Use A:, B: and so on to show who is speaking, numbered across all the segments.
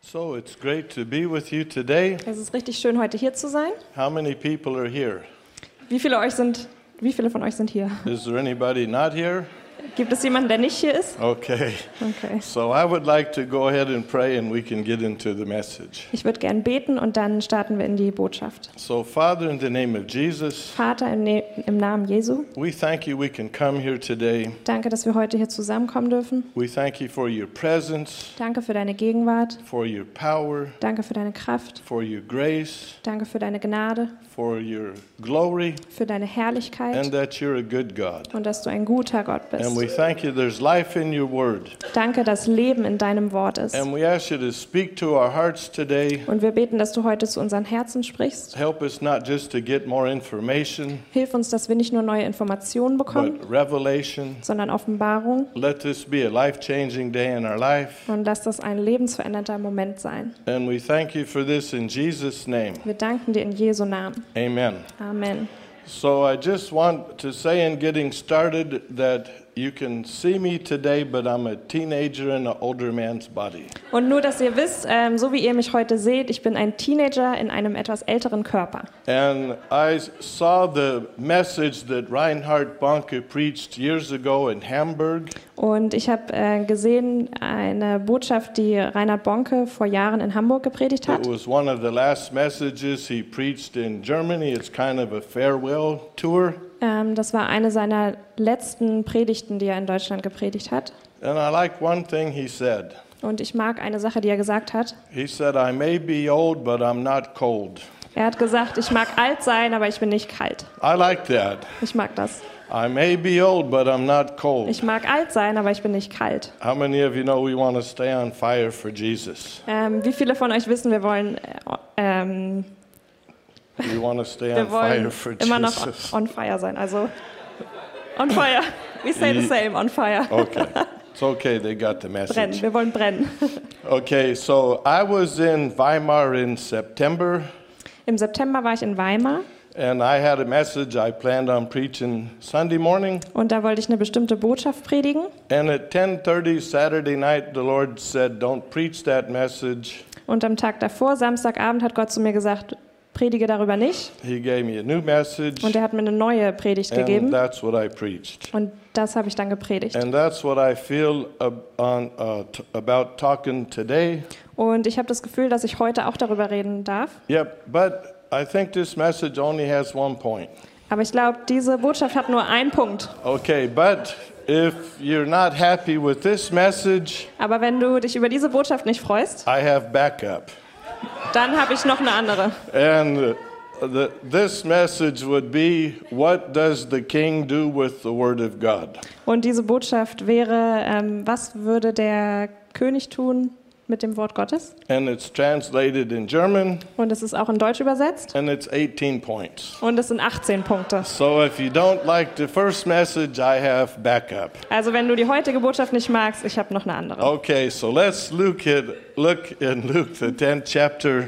A: So it's great to be with you today.
B: Es ist richtig schön, heute hier zu sein.
A: How many people are here?
B: Wie viele, euch sind, wie viele von euch sind hier?
A: Is there anybody not here?
B: Gibt es jemanden, der nicht hier ist?
A: Okay.
B: Okay.
A: So I would like to go ahead and pray and we can get into the message.
B: Ich würde gern beten und dann starten wir in die Botschaft.
A: So, Father, in the name of Jesus,
B: Vater, im, ne im Namen Jesu,
A: we thank you we can come here today.
B: danke, dass wir heute hier zusammenkommen dürfen.
A: We thank you for your presence,
B: Danke für deine Gegenwart.
A: for your power,
B: Danke für deine Kraft.
A: for your grace,
B: Danke für deine Gnade,
A: for your glory,
B: für deine
A: and
B: Herrlichkeit
A: that you're a good God.
B: und dass du ein guter Gott
A: And
B: bist.
A: we thank you there's life in your word.
B: Danke, dass Leben in deinem Wort ist.
A: And we ask you to speak to our hearts today.
B: Und wir beten, dass du heute zu unseren Herzen sprichst.
A: Help us not just to get more information,
B: Hilf uns, dass wir nicht nur neue Informationen bekommen,
A: but revelation.
B: sondern Offenbarung.
A: Let this be a life changing day in our life.
B: Und lass das ein lebensverändernder Moment sein.
A: And we thank you for this in Jesus' name.
B: Wir danken dir in Jesu Namen.
A: Amen.
B: Amen.
A: So I just want to say in getting started that you can see me today, but I'm a teenager in an older man's body.
B: Und nur, dass ihr wisst, ähm, so wie ihr mich heute seht, ich bin ein Teenager in einem etwas älteren Körper.
A: And I s- saw the message that Reinhard Bonke preached years ago in Hamburg.
B: Und ich habe äh, gesehen, eine Botschaft, die Reinhard Bonke vor Jahren in Hamburg gepredigt
A: It
B: hat.
A: was one of the last messages he preached in Germany. It's kind of a farewell tour.
B: Ähm, das war eine seiner letzten Predigten, die er in Deutschland gepredigt hat.
A: And I like one thing he said.
B: Und ich mag eine Sache, die er gesagt hat.
A: He said, I may be old, but I'm not cold.
B: Er hat gesagt, ich mag alt sein, aber ich bin nicht kalt.
A: I like that.
B: Ich mag das.
A: I may be old, but I'm not cold.
B: Ich mag alt sein, aber ich bin nicht kalt.
A: How many of you know we want to stay on fire for Jesus?
B: Ähm, wie viele von euch wissen, wir wollen, äh, ähm,
A: We want to stay on
B: wir
A: fire
B: wollen
A: for
B: immer noch
A: Jesus.
B: on fire sein. Also on fire. We say the same, on fire.
A: Okay. It's okay, they got the
B: Brennen,
A: message.
B: wir wollen brennen.
A: Okay, so I was in Weimar in September,
B: Im September war ich in Weimar
A: and I had a message I planned on preaching Sunday morning.
B: und da wollte ich eine bestimmte Botschaft predigen.
A: And at 10:30 Saturday night, the Lord said, "Don't preach that message."
B: Und am Tag davor, Samstagabend, hat Gott zu mir gesagt, predige darüber nicht.
A: He gave me a new message,
B: Und er hat mir eine neue Predigt
A: and
B: gegeben
A: that's what I preached.
B: und das habe ich dann gepredigt.
A: And that's what I feel ab- on, uh, t- about talking today.
B: Und ich habe das Gefühl, dass ich heute auch darüber reden darf.
A: Yep, but I think this message only has one point.
B: Aber ich glaube, diese Botschaft hat nur einen Punkt.
A: Okay, but if you're not happy with this message,
B: Aber wenn du dich über diese Botschaft nicht freust,
A: I have backup.
B: dann habe ich noch eine andere.
A: And uh, the, this message would be What does the king do with the word of God?
B: Und diese Botschaft wäre, ähm, was würde der König tun mit dem Wort Gottes?
A: And it's translated in German,
B: Und es ist auch in Deutsch übersetzt.
A: and it's 18 points.
B: Und es sind 18 Punkte.
A: So if you don't like the first message, I have backup.
B: Also wenn du die heutige Botschaft nicht magst, ich habe noch eine andere.
A: Okay, so let's look at look in Luke the 10th chapter,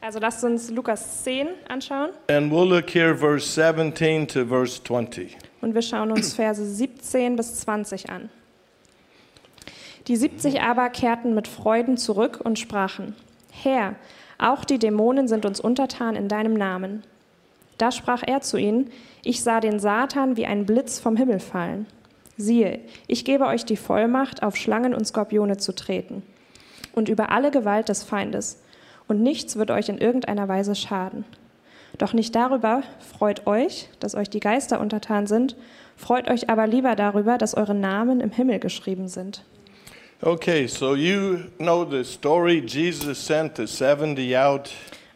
B: Also lasst uns Lukas 10 anschauen.
A: and we'll look here verse 17 to verse 20.
B: Und wir schauen uns Verse 17 bis 20 an. Die 70 aber kehrten mit Freuden zurück und sprachen, Herr, auch die Dämonen sind uns untertan in deinem Namen. Da sprach er zu ihnen, ich sah den Satan wie ein Blitz vom Himmel fallen. Siehe, ich gebe euch die Vollmacht, auf Schlangen und Skorpione zu treten und über alle Gewalt des Feindes, und nichts wird euch in irgendeiner Weise schaden. Doch nicht darüber freut euch, dass euch die Geister untertan sind, freut euch aber lieber darüber, dass eure Namen im Himmel geschrieben sind.
A: Okay, so you know the story Jesus sent the 70 out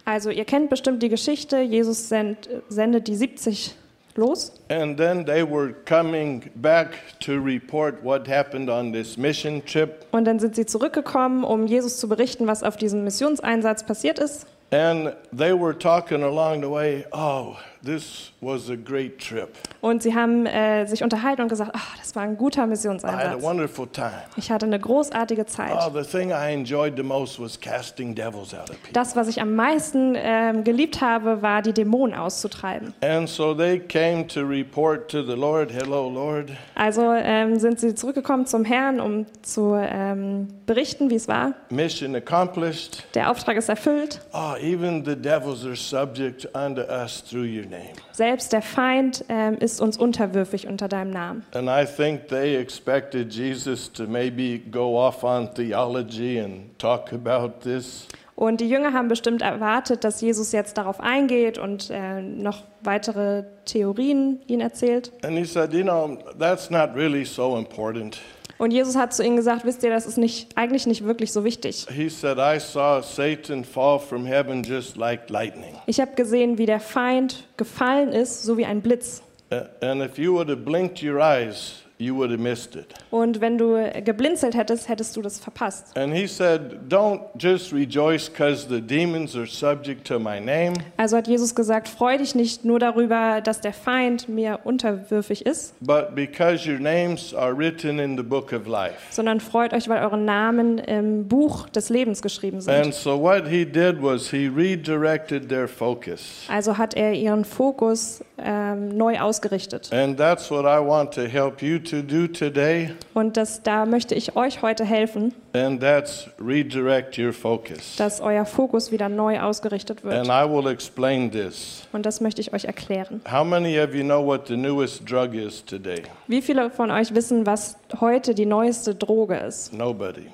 B: Also ihr kennt bestimmt die Geschichte, Jesus send, sendet die 70 los
A: and then they were coming back to report what happened on this mission trip
B: und dann sind sie zurückgekommen, um Jesus zu berichten, was auf diesem Missionseinsatz passiert ist.
A: and they were talking along the way, "Oh, This was a great trip.
B: Und sie haben äh, sich unterhalten und gesagt, oh, das war ein
A: I
B: guter
A: had a
B: Missionseinsatz.
A: wonderful time.
B: Ich hatte eine großartige
A: Oh,
B: Zeit.
A: the thing I enjoyed the most was casting devils out of people.
B: Das, was ich am meisten ähm, geliebt habe, war die Dämonen auszutreiben.
A: And so they came to report to the Lord, Hello, Lord.
B: Also ähm, sind sie zurückgekommen zum Herrn, um zu ähm, berichten, wie es war.
A: Mission accomplished.
B: Der Auftrag ist erfüllt.
A: Oh, even the devils are subject unto us through your name.
B: Selbst der Feind ähm, ist uns unterwürfig unter deinem Namen.
A: And I think they expected Jesus to maybe go off on theology and talk about this.
B: Und die Jünger haben bestimmt erwartet, dass Jesus jetzt darauf eingeht und äh, noch weitere Theorien ihnen erzählt.
A: And he said, You know, that's not really so important.
B: Und Jesus hat zu ihnen gesagt, wisst ihr, das ist nicht, eigentlich nicht wirklich so wichtig.
A: He said, I saw Satan fall from heaven just like lightning.
B: Ich habe gesehen, wie der Feind gefallen ist, so wie ein Blitz.
A: A- And if you would have blinked your eyes, you would have missed it.
B: Und wenn du geblinzelt hättest, hättest du das verpasst.
A: And he said, Don't just rejoice because the demons are subject to my name.
B: Also hat Jesus gesagt, freu dich nicht nur darüber, dass der Feind mir unterwürfig ist,
A: But because your names are written in the book of life.
B: sondern freut euch, weil eure Namen im Buch des Lebens geschrieben sind.
A: And so what he did was he redirected their focus.
B: Also hat er ihren Fokus ähm, neu ausgerichtet.
A: And that's what I want to help you to do today.
B: Und das, da möchte ich euch heute helfen,
A: And that's redirect your focus.
B: dass euer Fokus wieder neu ausgerichtet
A: And
B: wird.
A: I will explain this.
B: Und das möchte ich euch erklären.
A: How many of you know what the newest drug is today?
B: Wie viele von euch wissen, was heute die neueste Droge ist?
A: Nobody.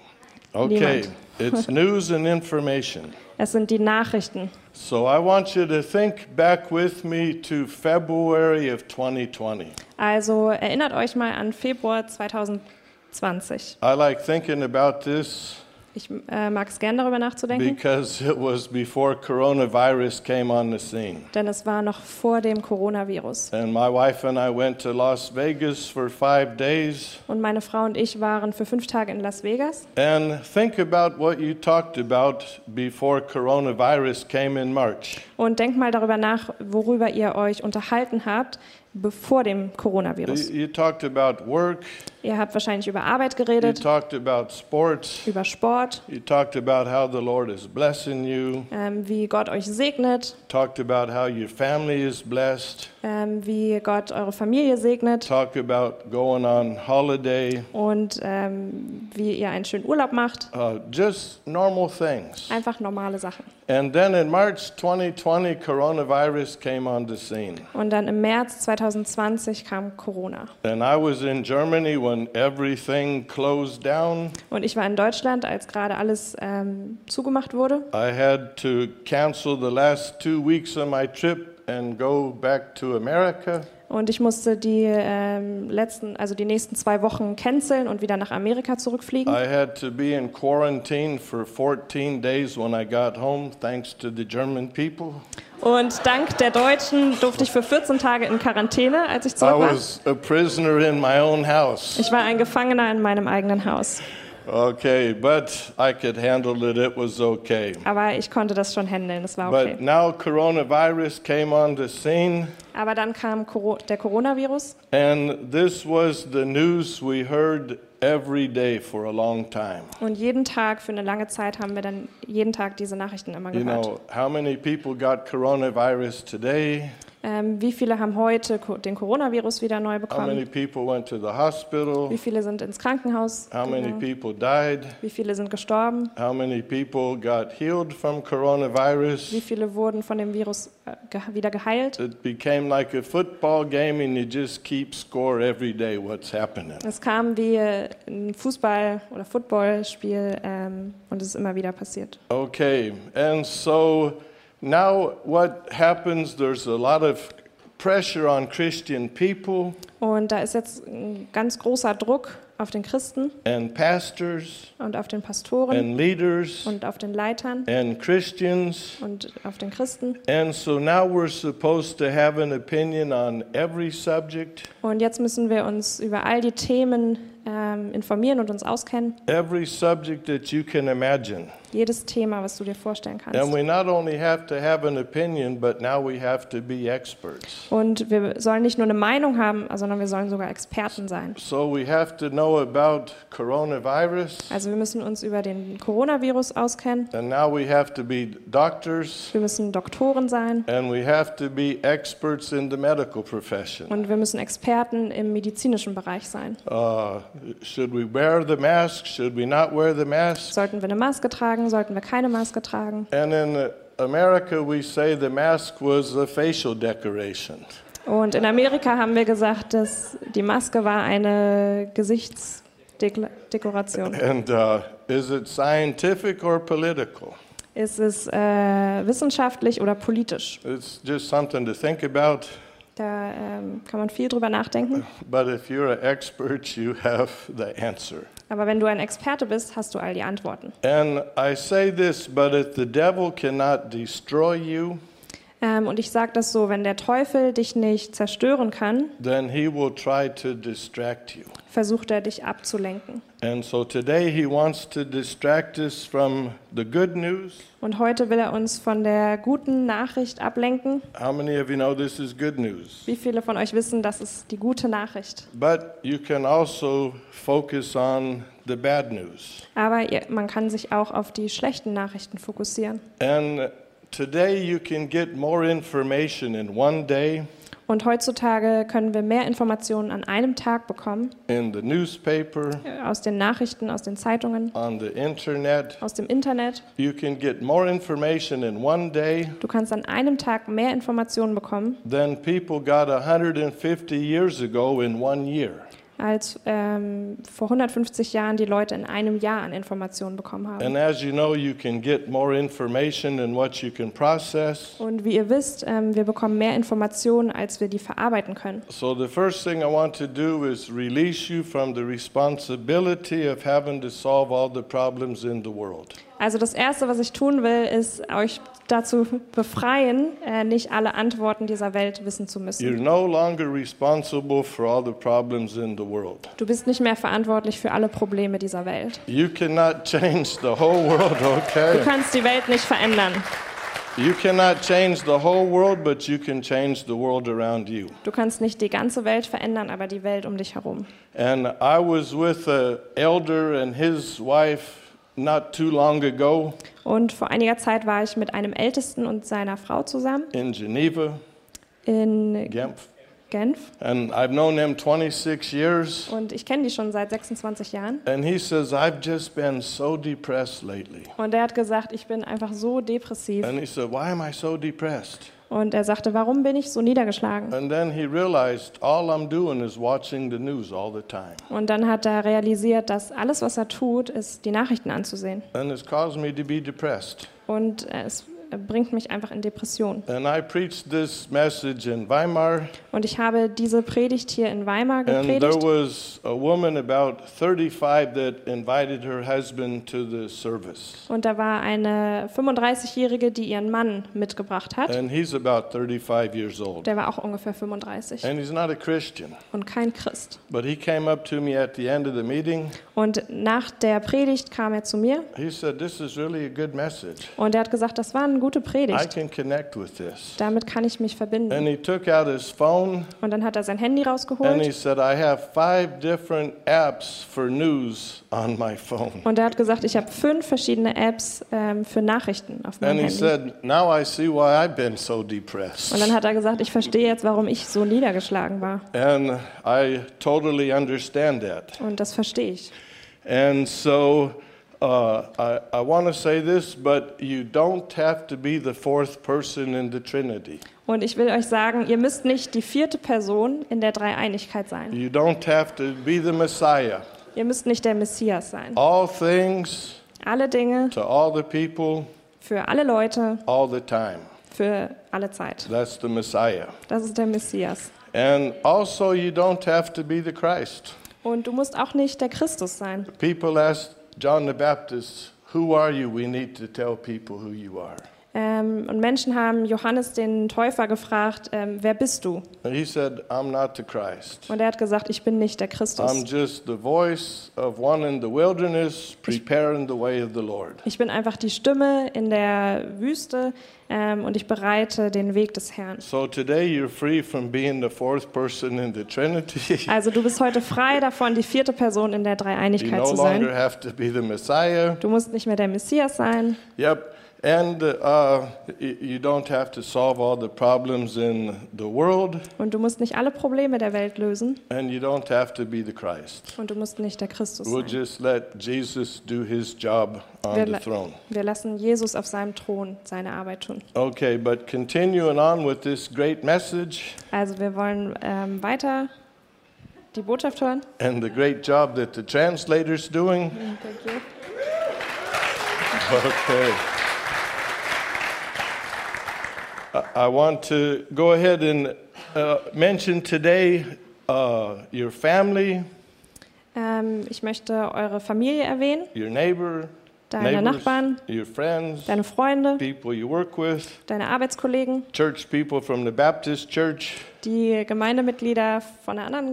A: Okay,
B: Niemand.
A: it's news and information.
B: Es sind die Nachrichten.
A: So I want you to think back with me to February of 2020.
B: Also erinnert euch mal an Februar 2020.
A: I like thinking about this
B: Ich äh, mag es gern darüber nachzudenken,
A: because it was before coronavirus came on the scene.
B: denn es war noch vor dem Coronavirus.
A: And my wife and I went to Las Vegas for five days.
B: Und meine Frau und ich waren für fünf Tage in Las Vegas.
A: And think about what you talked about before coronavirus came in March.
B: Und denkt mal darüber nach, worüber ihr euch unterhalten habt, bevor dem
A: You,
B: Coronavirus.
A: you talked about work,
B: Ihr habt wahrscheinlich über Arbeit
A: you
B: geredet,
A: talked about sports,
B: über Sport,
A: you talked about how the Lord is blessing you,
B: ähm, wie Gott euch segnet,
A: talked about how your family is blessed,
B: ähm, wie Gott eure Familie segnet
A: talked about going on holiday,
B: und ähm, wie ihr einen schönen Urlaub macht.
A: uh, just normal things.
B: Einfach normale Sachen.
A: And then in March 2020, coronavirus came on the scene.
B: Und dann im März 2020 kam Corona.
A: And I was in Germany when everything closed down.
B: Und ich war in Deutschland, als gerade alles ähm, zugemacht wurde.
A: I had to cancel the last two weeks of my trip and go back to America.
B: Und ich musste die ähm, letzten, also die nächsten zwei Wochen canceln und wieder nach Amerika zurückfliegen.
A: I had to be in quarantine for 14 days when I got home, thanks to the German people.
B: Und dank der Deutschen durfte ich für 14 Tage in Quarantäne, als ich
A: I
B: zurück war.
A: was a prisoner in my own house.
B: Ich war ein Gefangener in meinem eigenen Haus.
A: Okay, but I could handle it. It was okay.
B: Aber ich konnte das schon handeln, das war
A: But
B: okay.
A: now coronavirus came on the scene.
B: Aber dann kam Coro- der Coronavirus
A: And this was the news we heard every day for a long time.
B: und jeden Tag, für eine lange Zeit, haben wir dann jeden Tag diese Nachrichten immer
A: You
B: gehört.
A: know, how many people got coronavirus today?
B: Ähm, wie viele haben heute Co- den Coronavirus wieder neu
A: How many
B: bekommen?
A: people went to the
B: Wie
A: hospital?
B: viele sind ins Krankenhaus
A: How many
B: gegangen?
A: people died?
B: Wie viele sind gestorben?
A: How many people got healed from
B: Wie
A: coronavirus?
B: viele wurden von dem Virus äh, ge wieder geheilt?
A: It became like a football game, and you just keep score every day what's happening.
B: Es kam wie äh, ein Fußball- oder Footballspiel ähm, und es ist immer wieder passiert.
A: Okay, and so now what happens? There's a lot of pressure on Christian people
B: Und da ist jetzt ein ganz großer Druck auf den Christen
A: and pastors
B: und auf den Pastoren
A: and leaders
B: und auf den Leitern
A: and Christians.
B: und auf den Christen.
A: And so now we're supposed to have an opinion on every subject.
B: Und jetzt müssen wir uns über all die Themen ähm, informieren und uns auskennen.
A: every subject that you can imagine.
B: Jedes Thema, was du dir vorstellen
A: And
B: kannst.
A: we not only have to have an opinion, but now we have to be experts.
B: Und wir sollen nicht nur eine Meinung haben, also, sondern wir sollen sogar Experten sein.
A: So we have to know about coronavirus,
B: Also wir müssen uns über den Coronavirus auskennen.
A: and now we have to be doctors,
B: Wir müssen Doktoren sein
A: and we have to be experts in the medical profession.
B: und wir müssen Experten im medizinischen Bereich sein.
A: Uh, should we wear the mask? Should we not wear the mask?
B: Sollten wir eine Maske tragen? Sollten wir keine Maske tragen?
A: And in America, we say the mask was a facial decoration.
B: Und in Amerika haben wir gesagt, dass die Maske war eine Gesichtsdekoration.
A: And uh, is it scientific or political?
B: Ist es äh, wissenschaftlich oder politisch?
A: It's just something to think about.
B: Da ähm, kann man viel drüber nachdenken.
A: But if you're an expert, you have the answer.
B: Aber wenn du ein Experte bist, hast du all die Antworten.
A: And I say this, but if the devil cannot destroy you,
B: Ähm, und ich sage das so, wenn der Teufel dich nicht zerstören kann,
A: then he will try to distract you.
B: versucht er dich abzulenken.
A: And so today he wants to distract us from the good news.
B: Und heute will er uns von der guten Nachricht ablenken.
A: How many of you know this is good news?
B: Wie viele von euch wissen, das ist die gute Nachricht?
A: But you can also focus on the bad news.
B: Aber ihr, man kann sich auch auf die schlechten Nachrichten fokussieren.
A: And today you can get more information in one day
B: Und heutzutage können wir mehr Informationen an einem Tag bekommen,
A: in the newspaper,
B: äh, aus den Nachrichten, aus den Zeitungen,
A: on the internet.
B: aus dem Internet.
A: You can get more information in one day
B: Du kannst an einem Tag mehr Informationen bekommen,
A: than people got 150 years ago in one year.
B: als ähm, vor 150 Jahren die Leute in einem Jahr an Informationen bekommen haben.
A: And as you know, you can get more information than what you can process.
B: Und wie ihr wisst, ähm, wir bekommen mehr Informationen, als wir die verarbeiten können.
A: So, the first thing I want to do is release you from the responsibility of having to solve all the problems in the world.
B: Also das Erste, was ich tun will, ist euch dazu befreien, äh, nicht alle Antworten dieser Welt wissen zu
A: You're
B: müssen.
A: no longer responsible for all the problems in the world.
B: Du bist nicht mehr verantwortlich für alle Probleme dieser Welt.
A: You cannot change the whole world,
B: Du
A: okay?
B: kannst die Welt nicht verändern.
A: You cannot change the whole world, but you can change the world around you.
B: Du kannst nicht die ganze Welt verändern, aber die Welt um dich herum.
A: And I was with an elder and his wife not too long ago
B: Und vor einiger Zeit war ich mit einem Ältesten und seiner Frau zusammen
A: in Geneva,
B: in
A: Genf.
B: Genf.
A: And I've known him 26 years.
B: Und ich kenne die schon seit 26 Jahren.
A: And he says, I've just been so depressed lately.
B: Und er hat gesagt, ich bin einfach so depressiv.
A: And he said, Why am I so depressed?
B: Und er sagte, warum bin ich so niedergeschlagen?
A: And then he realized all I'm doing is watching the news all the time.
B: Und dann hat er realisiert, dass alles, was er tut, ist, die Nachrichten anzusehen.
A: And it's caused me to be depressed.
B: Und es bringt mich einfach in Depression.
A: And I preached this message in Weimar,
B: Und ich habe diese Predigt hier in Weimar
A: and there
B: gepredigt.
A: was a woman about 35 that invited her husband to the service.
B: Und da war eine 35-Jährige, die ihren Mann mitgebracht hat.
A: And he's about 35 years old.
B: Der war auch ungefähr 35
A: And he's not a Christian,
B: und kein Christ.
A: but he came up to me at the end of the meeting.
B: Und nach der Predigt kam er zu mir
A: He said, This is really a good message.
B: und er hat gesagt, das war eine gute
A: I
B: Predigt.
A: can connect with this.
B: Damit kann ich mich
A: And
B: verbinden.
A: he took out his phone
B: Und dann hat er sein Handy
A: and he
B: rausgeholt
A: said, I have five different apps for news on my phone.
B: und er hat gesagt, ich habe fünf verschiedene Apps ähm, für Nachrichten auf meinem
A: And he
B: Handy.
A: said, Now I see why I've been so depressed.
B: Und dann hat er gesagt, ich verstehe jetzt, warum ich so niedergeschlagen war.
A: And I totally understand that.
B: Und das verstehe ich.
A: And so uh, I, I want to say this, but you don't have to be the fourth person in the Trinity.
B: Und ich will euch sagen, ihr müsst nicht die vierte Person in der Dreieinigkeit sein.
A: You don't have to be the Messiah.
B: Ihr müsst nicht der Messias sein.
A: All things
B: Alle Dinge
A: to all the people,
B: für alle Leute,
A: all the time.
B: für alle Zeit.
A: That's the Messiah.
B: Das ist der Messias.
A: And also, you don't have to be the Christ.
B: Und du musst auch nicht der Christus sein.
A: People asked John the Baptist, Who are you? We need to tell people who you are.
B: Ähm, und Menschen haben Johannes den Täufer gefragt, ähm, wer bist du?
A: And he said, I'm not the Christ.
B: Und er hat gesagt, ich bin nicht der
A: I'm
B: Christus.
A: just the voice of one in the wilderness preparing the way of the Lord.
B: Ich bin einfach die Stimme in der Wüste ähm, und ich bereite den Weg des Herrn.
A: So today you're free from being the fourth person in the Trinity.
B: Also du bist heute frei davon, die vierte Person in der
A: you
B: Dreieinigkeit
A: no
B: zu sein.
A: longer have to be the Messiah.
B: Du musst nicht mehr der Messias sein.
A: Yep. And uh, y- you don't have to solve all the problems in the world,
B: Und du musst nicht alle Probleme der Welt lösen.
A: and you don't have to be the Christ.
B: Und du musst nicht der Christus
A: We'll
B: sein.
A: just let Jesus do his job
B: Wir
A: on the
B: la-
A: throne.
B: Wir lassen Jesus auf seinem Thron seine Arbeit tun.
A: Okay, but continuing on with this great message
B: Also wir wollen ähm, weiter die Botschaft hören.
A: and the great job that the translator's doing. Okay. I- I want to go ahead and uh, mention today uh, your family,
B: Ähm, ich möchte eure Familie erwähnen,
A: your neighbor,
B: deine
A: neighbors,
B: Nachbarn,
A: your friends,
B: deine Freunde,
A: people you work with,
B: deine Arbeitskollegen,
A: church people from the Baptist church.
B: die Gemeindemitglieder von einer anderen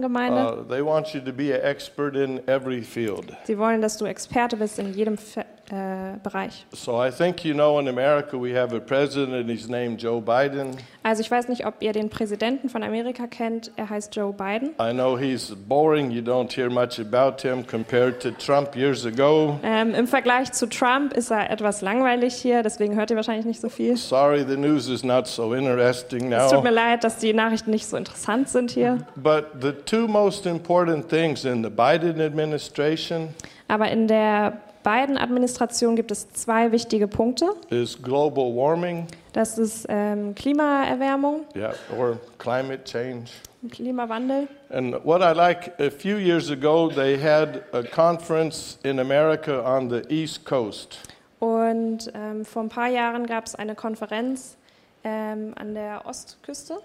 A: Uh,
B: Gemeinde.
A: they want you to be an expert in every field.
B: Sie wollen, dass du Experte bist in jedem Fe äh, Bereich.
A: So I think you know in America we have a president, he's named Joe Biden.
B: Also ich weiß nicht, ob ihr den Präsidenten von Amerika kennt. Er heißt Joe Biden.
A: I know he's boring, you don't hear much about him compared to Trump years ago.
B: Ähm, Im Vergleich zu Trump ist er etwas langweilig hier, deswegen hört ihr wahrscheinlich nicht so viel.
A: Sorry, the news is not so interesting
B: Es tut mir
A: now.
B: leid, dass die Nachrichten nicht so interessant sind hier.
A: But the two most important things in the Biden administration
B: Aber in der Biden-Administration gibt es zwei wichtige Punkte.
A: is global warming,
B: Das ist ähm, Klimaerwärmung,
A: yeah, or climate change.
B: Klimawandel.
A: And what I like, a few years ago, they had a conference in America on the East Coast.
B: Und ähm, vor ein paar Jahren gab es eine Konferenz ähm, an der Ostküste.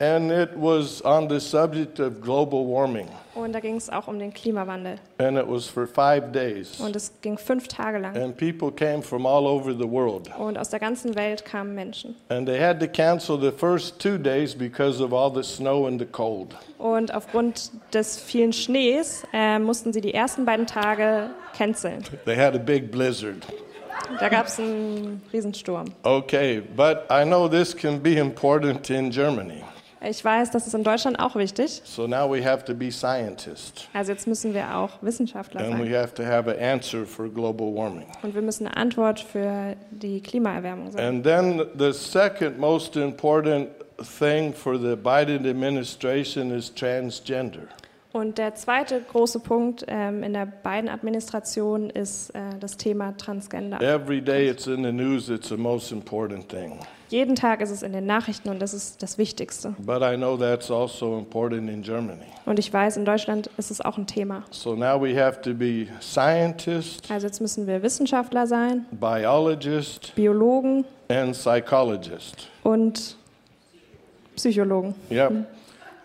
A: And it was on the subject of global warming.
B: Und da ging es auch um den Klimawandel.
A: And it was for five days.
B: Und es ging fünf Tage lang.
A: And people came from all over the world.
B: Und aus der ganzen Welt kamen Menschen.
A: And they had to cancel the first two days because of all the snow and the cold.
B: Und aufgrund des vielen Schnees äh, mussten sie die ersten beiden Tage canceln.
A: They had a big blizzard.
B: Da gab es einen Riesensturm.
A: Okay, but I know this can be important in Germany.
B: Ich weiß, das ist in Deutschland auch wichtig.
A: So now we have to be scientists.
B: Also jetzt müssen wir auch Wissenschaftler
A: And we
B: sein.
A: have to have an answer for global warming.
B: Und wir müssen eine Antwort für die Klimaerwärmung sein.
A: And then the second most important thing for the Biden administration is transgender.
B: Und der zweite große Punkt ähm, in der Biden-Administration ist äh, das Thema Transgender.
A: Every day it's in the news, it's the most important thing.
B: Jeden Tag ist es in den Nachrichten und das ist das Wichtigste.
A: But I know that's also important in Germany.
B: Und ich weiß, in Deutschland ist es auch ein Thema.
A: So now we have to be scientists,
B: Also jetzt müssen wir Wissenschaftler sein,
A: biologists,
B: Biologen
A: and psychologists.
B: und Psychologen.
A: Yep.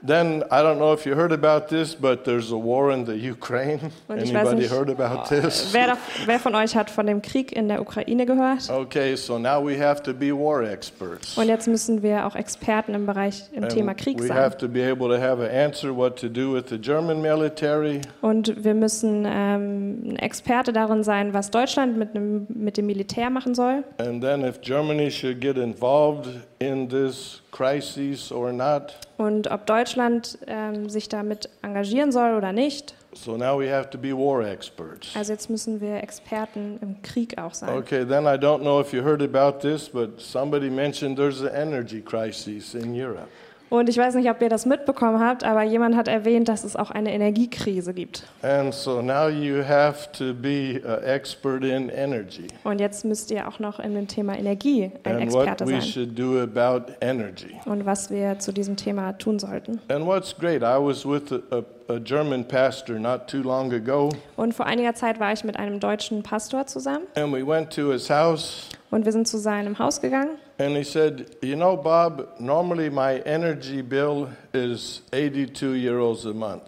A: Then I don't know if you heard about this, but there's a war in the Ukraine.
B: Und ich weiß
A: Anybody
B: nicht-
A: heard about this?
B: Wer, da, wer von euch hat von dem Krieg in der Ukraine gehört?
A: Okay, so now we have to be war experts.
B: Und jetzt müssen wir auch Experten im Bereich im
A: And
B: Thema Krieg
A: Um, we
B: sein.
A: have to be able to have an answer what to do with the German military,
B: Und wir müssen ähm, ein Experte darin sein, was Deutschland mit, einem, mit dem Militär machen soll.
A: and then if Germany should get involved in this crisis or not.
B: Und ob Deutschland ähm, sich damit engagieren soll oder nicht.
A: So now we have to be war experts.
B: Also jetzt müssen wir Experten im Krieg auch sein.
A: Okay, then I don't know if you heard about this, but somebody mentioned there's an energy crisis in Europe.
B: Und ich weiß nicht, ob ihr das mitbekommen habt, aber jemand hat erwähnt, dass es auch eine Energiekrise gibt.
A: And so now you have to be an expert in energy
B: Und jetzt müsst ihr auch noch in dem Thema Energie ein
A: and what
B: Experte
A: we
B: sein.
A: should do about energy.
B: Und was wir zu diesem Thema tun sollten.
A: And what's great, I was with a, a, a German pastor not too long ago,
B: Und vor einiger Zeit war ich mit einem deutschen Pastor zusammen
A: and we went to his house,
B: und wir sind zu seinem Haus gegangen.
A: and he said, You know, Bob, normally my energy bill is 82 euros a month.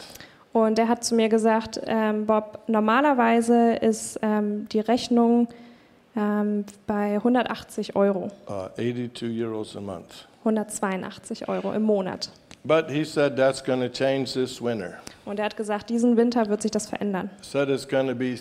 B: Und er hat zu mir gesagt, ähm, Bob, normalerweise ist ähm, die Rechnung ähm, bei 180 Euro,
A: uh, 82 euros a month.
B: 182 Euro im Monat.
A: But he said that's going to change this winter.
B: Und er hat gesagt, diesen Winter wird sich das verändern.
A: Said it's going to be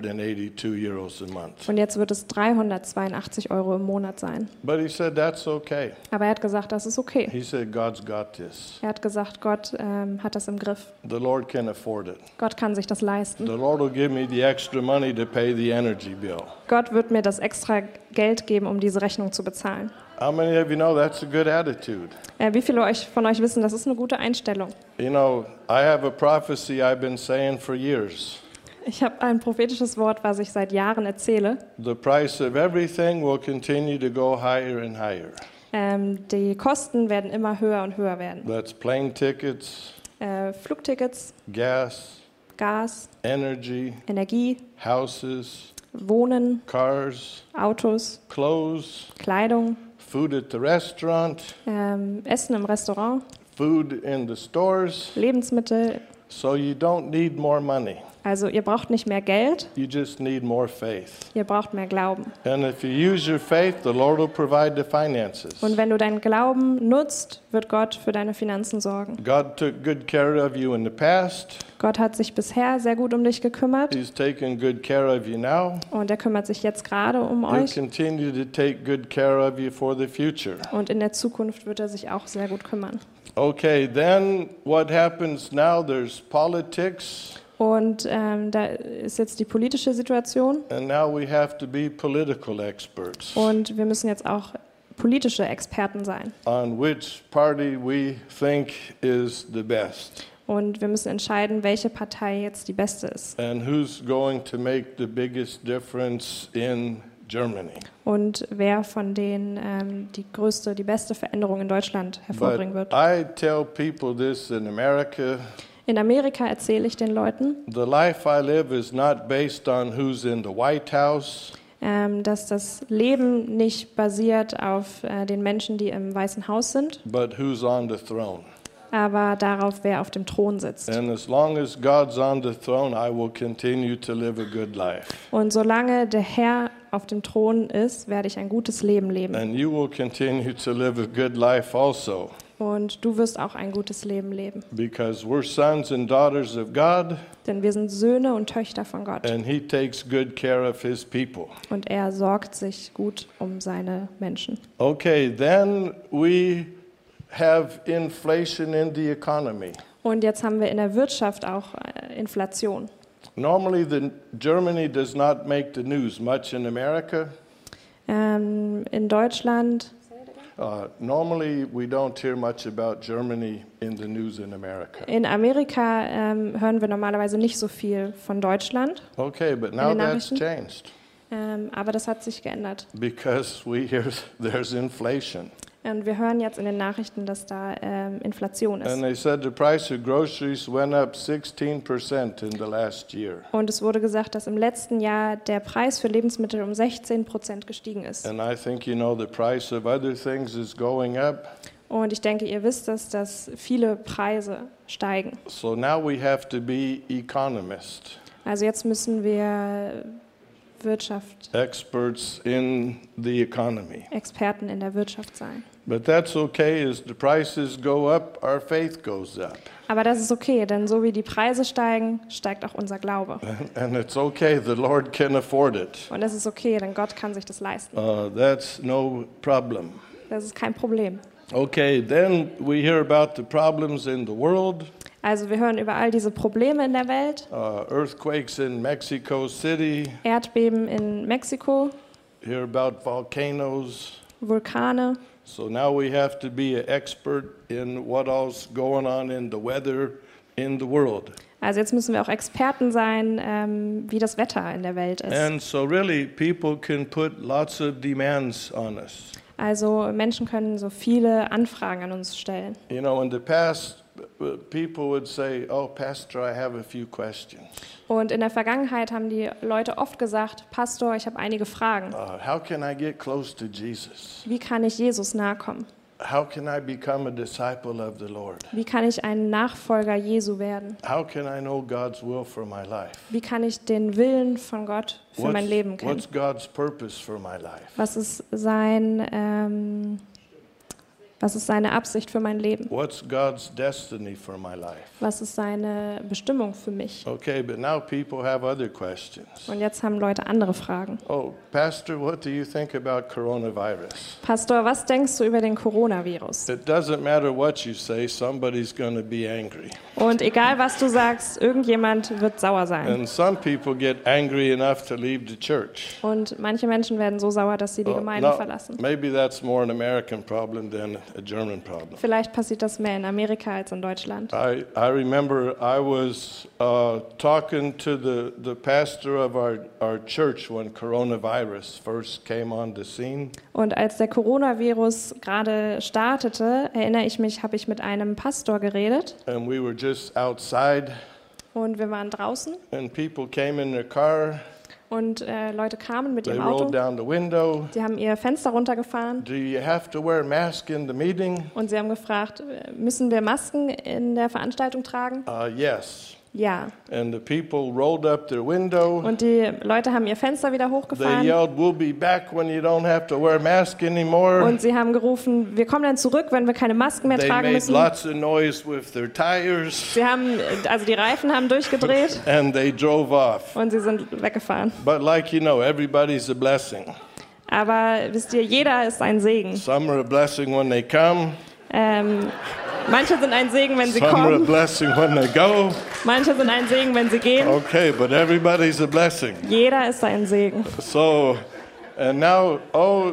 A: 382 euros a month.
B: Und jetzt wird es 382 Euro im Monat sein.
A: But he said that's okay.
B: Aber er hat gesagt, das ist okay.
A: He said God's got this.
B: Er hat gesagt, Gott ähm, hat das im Griff.
A: The Lord can afford it.
B: Gott kann sich das leisten.
A: The Lord will give me the extra money to pay the energy bill.
B: Gott wird mir das extra Geld geben, um diese Rechnung zu bezahlen.
A: How many of you know that's a good attitude?
B: Äh, wie viele euch, von euch wissen, das ist eine gute Einstellung?
A: You know, I have a prophecy I've been saying for years.
B: Ich habe ein prophetisches Wort, was ich seit Jahren erzähle.
A: The price of everything will continue to go higher and higher.
B: Ähm, die Kosten werden immer höher und höher werden.
A: That's plane tickets,
B: Äh, Flugtickets,
A: gas,
B: Gas,
A: energy,
B: Energie,
A: houses,
B: Wohnen,
A: cars,
B: Autos,
A: clothes,
B: Kleidung,
A: food at the restaurant,
B: ähm, Essen im Restaurant,
A: food in the stores.
B: Lebensmittel.
A: So you don't need more money.
B: Also ihr braucht nicht mehr Geld,
A: You just need more faith.
B: ihr braucht mehr Glauben.
A: And if you use your faith, the Lord will provide the finances.
B: Und wenn du deinen Glauben nutzt, wird Gott für deine Finanzen sorgen.
A: God took good care of you in the past.
B: Gott hat sich bisher sehr gut um dich gekümmert
A: He's taking good care of you now.
B: und er kümmert sich jetzt gerade um
A: He'll
B: euch.
A: continue to take good care of you for the future.
B: Und in der Zukunft wird er sich auch sehr gut kümmern.
A: Okay, then what happens now? There's politics,
B: Und ähm, da ist jetzt die politische Situation
A: and now we have to be political experts
B: und wir müssen jetzt auch politische Experten sein.
A: on which party we think is the best
B: Und wir müssen entscheiden, welche Partei jetzt die beste ist
A: and who's going to make the biggest difference in Germany.
B: und wer von denen ähm, die größte, die beste Veränderung in Deutschland hervorbringen
A: But
B: wird.
A: I tell people this in America
B: In Amerika erzähle ich den Leuten,
A: the life I live is not based on who's in the White House.
B: ähm, dass das Leben nicht basiert auf äh, den Menschen, die im Weißen Haus sind,
A: But who's on the throne?
B: aber darauf, wer auf dem Thron sitzt.
A: And as long as God's on the throne, I will continue to live a good life.
B: Und solange der Herr auf dem Thron ist, werde ich ein gutes Leben leben.
A: And you will continue to live a good life also,
B: Und du wirst auch ein gutes Leben leben.
A: because we're sons and daughters of God,
B: Denn wir sind Söhne und Töchter von Gott.
A: and He takes good care of His people.
B: Und er sorgt sich gut um seine Menschen.
A: Okay, then we have inflation in the economy.
B: Und jetzt haben wir in der Wirtschaft auch äh, Inflation.
A: Normally, the, Germany does not make the news much in America.
B: Ähm, in Deutschland,
A: Uh, normally, we don't hear much about Germany in the news in America.
B: in Amerika ähm, hören wir normalerweise nicht so viel von Deutschland.
A: Okay, but now
B: Eine
A: that's
B: Nachrichten?
A: changed
B: Ähm, aber das hat sich geändert.
A: because we hear there's inflation.
B: Und wir hören jetzt in den Nachrichten, dass da ähm, Inflation ist.
A: And they said the price of groceries went up 16% in the last year.
B: Und es wurde gesagt, dass im letzten Jahr der Preis für Lebensmittel um 16 Prozent gestiegen ist.
A: And I think you know the price of other things is going up.
B: Und ich denke, ihr wisst es, dass viele Preise steigen.
A: So now we have to be economists,
B: Also jetzt müssen wir Wirtschaft,
A: experts in the economy.
B: Experten in der Wirtschaft sein.
A: But that's okay as the prices go up, our faith goes up.
B: Aber das ist okay, denn so wie die Preise steigen, steigt auch unser Glaube.
A: And it's okay, the Lord can afford it.
B: Und das ist okay, denn Gott kann sich das leisten.
A: Uh, that's no problem.
B: Das ist kein Problem.
A: Okay, then we hear about the problems in the world
B: Also wir hören über all diese Probleme in der Welt.
A: uh, earthquakes in Mexico City,
B: Erdbeben in Mexiko,
A: hear about volcanoes.
B: Vulkane.
A: So now we have to be an expert in what all's going on in the weather in the world.
B: Also jetzt müssen wir auch Experten sein, ähm, wie das Wetter in der Welt ist.
A: And so, really, people can put lots of demands on us.
B: Also Menschen können so viele Anfragen an uns stellen.
A: You know, in the past, uh, people would say, Oh, Pastor, I have a few questions.
B: Und in der Vergangenheit haben die Leute oft gesagt, Pastor, ich habe einige Fragen.
A: Uh, how can I get close to Jesus?
B: Wie kann ich Jesus nahe kommen?
A: How can I become a disciple of the Lord?
B: Wie kann ich ein Nachfolger Jesu werden?
A: How can I know God's will for my life?
B: Wie kann ich den Willen von Gott für mein Leben kennen?
A: what's God's purpose for my life?
B: Was ist sein, ähm, was ist seine Absicht für mein Leben?
A: What's God's destiny for my life?
B: Was ist seine Bestimmung für mich?
A: Okay, but now people have other questions.
B: Und jetzt haben Leute andere Fragen.
A: Oh, Pastor, what do you think about coronavirus?
B: Pastor, was denkst du über den Coronavirus?
A: It doesn't matter what you say, somebody's going to be angry.
B: Und egal was du sagst, irgendjemand wird sauer sein.
A: And some people get angry enough to leave the church.
B: Und manche Menschen werden so sauer, dass sie die
A: Well,
B: Gemeinde
A: now,
B: verlassen.
A: Maybe that's more an American problem than a German problem.
B: Vielleicht passiert das mehr in Amerika als in Deutschland.
A: I, I remember I was uh, talking to the, the pastor of our, our church when coronavirus first came on the scene.
B: Und als der Coronavirus gerade startete, erinnere ich mich, habe ich mit einem Pastor geredet
A: And we were just outside,
B: und wir waren draußen
A: and people came in their car.
B: und äh, Leute kamen mit
A: They
B: dem
A: rolled
B: Auto.
A: down the window.
B: Sie haben ihr Fenster runtergefahren
A: Do you have to wear a mask in the meeting?
B: und sie haben gefragt, äh, müssen wir Masken in der Veranstaltung tragen?
A: Uh, yes.
B: Ja.
A: And the people rolled up their window.
B: Und die Leute haben ihr Fenster wieder
A: They
B: hochgefahren
A: yelled, We'll be back when you don't have to wear a mask anymore.
B: und sie haben gerufen, wir kommen dann zurück, wenn wir keine Masken mehr
A: They
B: tragen
A: made
B: müssen.
A: lots of noise with their tires
B: Sie haben, äh, also die Reifen haben durchgedreht
A: and they drove off.
B: und sie sind weggefahren.
A: But like you know, everybody's a blessing.
B: Aber wisst ihr, jeder ist ein Segen.
A: Some are a blessing when they come,
B: Ähm, manche sind ein Segen, wenn sie
A: some are a
B: kommen,
A: blessing when they go.
B: manche sind ein Segen, wenn sie gehen.
A: Okay, but everybody's a blessing.
B: Jeder ist ein Segen.
A: So, and now, oh,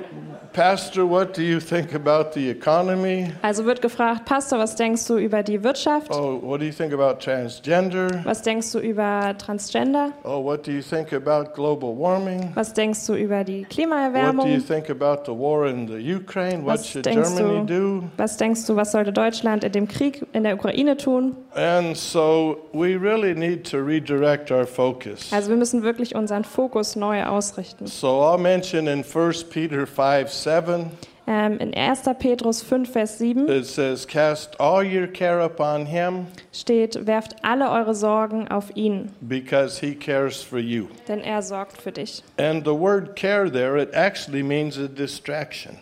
A: Pastor, what do you think about the economy?
B: Also wird gefragt, Pastor, was denkst du über die Wirtschaft?
A: Oh, what do you think about transgender?
B: Was denkst du über Transgender?
A: Oh, what do you think about global warming?
B: Was denkst du über
A: What
B: die
A: do you
B: Klimaerwärmung?
A: think about the war in the Ukraine? What
B: Was
A: should
B: denkst
A: Germany
B: du?
A: do?
B: Was denkst du, was sollte Deutschland in dem Krieg in der Ukraine tun?
A: And so we really need to redirect our focus.
B: Also wir müssen wirklich unseren Fokus neu ausrichten.
A: So I'll mention in 1 Peter 5 7,
B: Ähm, in 1. Petrus 5, Vers 7
A: it says, Cast all your care upon him
B: steht, werft alle eure Sorgen auf ihn,
A: because he cares for you.
B: denn er sorgt für dich.
A: And the word care there, it actually means a distraction.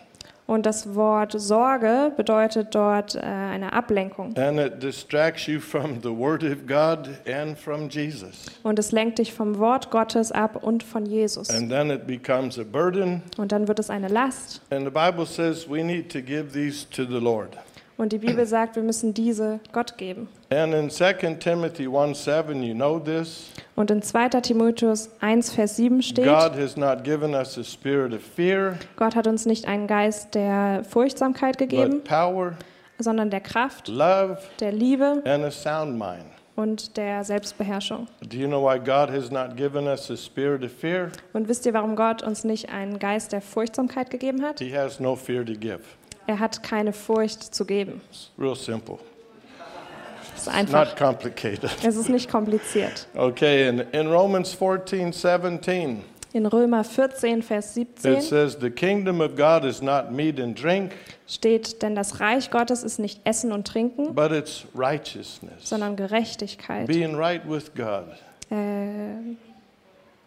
B: Und das Wort Sorge bedeutet dort äh, eine Ablenkung.
A: And it distracts you from the Word of God and from Jesus.
B: Und es lenkt dich vom Wort Gottes ab und von Jesus.
A: And then it becomes a burden.
B: Und dann wird es eine Last.
A: And the Bible says we need to give these to the Lord.
B: Und die Bibel sagt, wir müssen diese Gott geben.
A: And in 2 Timothy 1 7, you know this
B: Und in 2. Timotheus 1, Vers 7 steht,
A: God has not given us a spirit of fear,
B: Gott hat uns nicht einen Geist der Furchtsamkeit gegeben,
A: but power,
B: sondern der Kraft,
A: love,
B: der Liebe
A: and a sound mind.
B: und der Selbstbeherrschung.
A: Do you know why God has not given us a spirit of fear?
B: Und wisst ihr, warum Gott uns nicht einen Geist der Furchtsamkeit gegeben hat?
A: He has no fear to give.
B: Er hat keine Furcht zu geben.
A: It's real simple,
B: Das ist einfach.
A: not complicated.
B: Es ist nicht kompliziert.
A: Okay, and in Romans 14 17,
B: In Römer 14, Vers
A: it
B: 17
A: says, The kingdom of God is not meat and drink,
B: steht, denn das Reich Gottes ist nicht Essen und Trinken,
A: but it's righteousness.
B: sondern Gerechtigkeit.
A: Being right with God
B: Äh,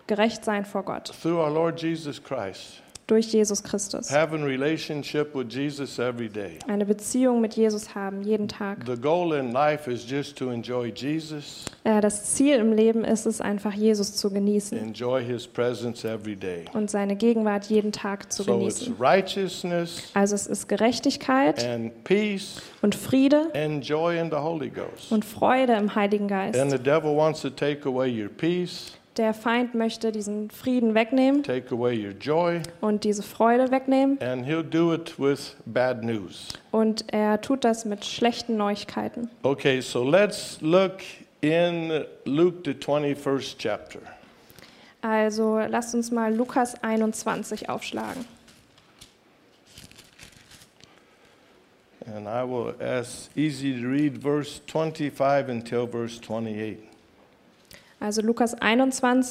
B: gerecht sein vor Gott
A: through our Lord Jesus Christ,
B: durch Jesus Christus.
A: having relationship with Jesus every day.
B: Eine Beziehung mit Jesus haben, jeden Tag.
A: The goal in life is just to enjoy Jesus,
B: Äh, das Ziel im Leben ist es einfach, Jesus zu genießen
A: enjoy his presence every day.
B: und seine Gegenwart jeden Tag zu
A: So it's
B: genießen.
A: righteousness
B: Also es ist Gerechtigkeit
A: and peace
B: und Friede
A: and joy in the Holy Ghost.
B: und Freude im Heiligen
A: And
B: Geist.
A: the devil wants to take away your peace,
B: Der Feind möchte diesen Frieden wegnehmen
A: take away your joy,
B: und diese Freude wegnehmen
A: and he'll do it with bad news.
B: und er tut das mit schlechten Neuigkeiten.
A: Okay, so let's look in Luke, the 21st chapter.
B: Also lasst uns mal Lukas 21 aufschlagen.
A: And I will ask easy to read verse 25 until verse 28.
B: Also Lukas 21,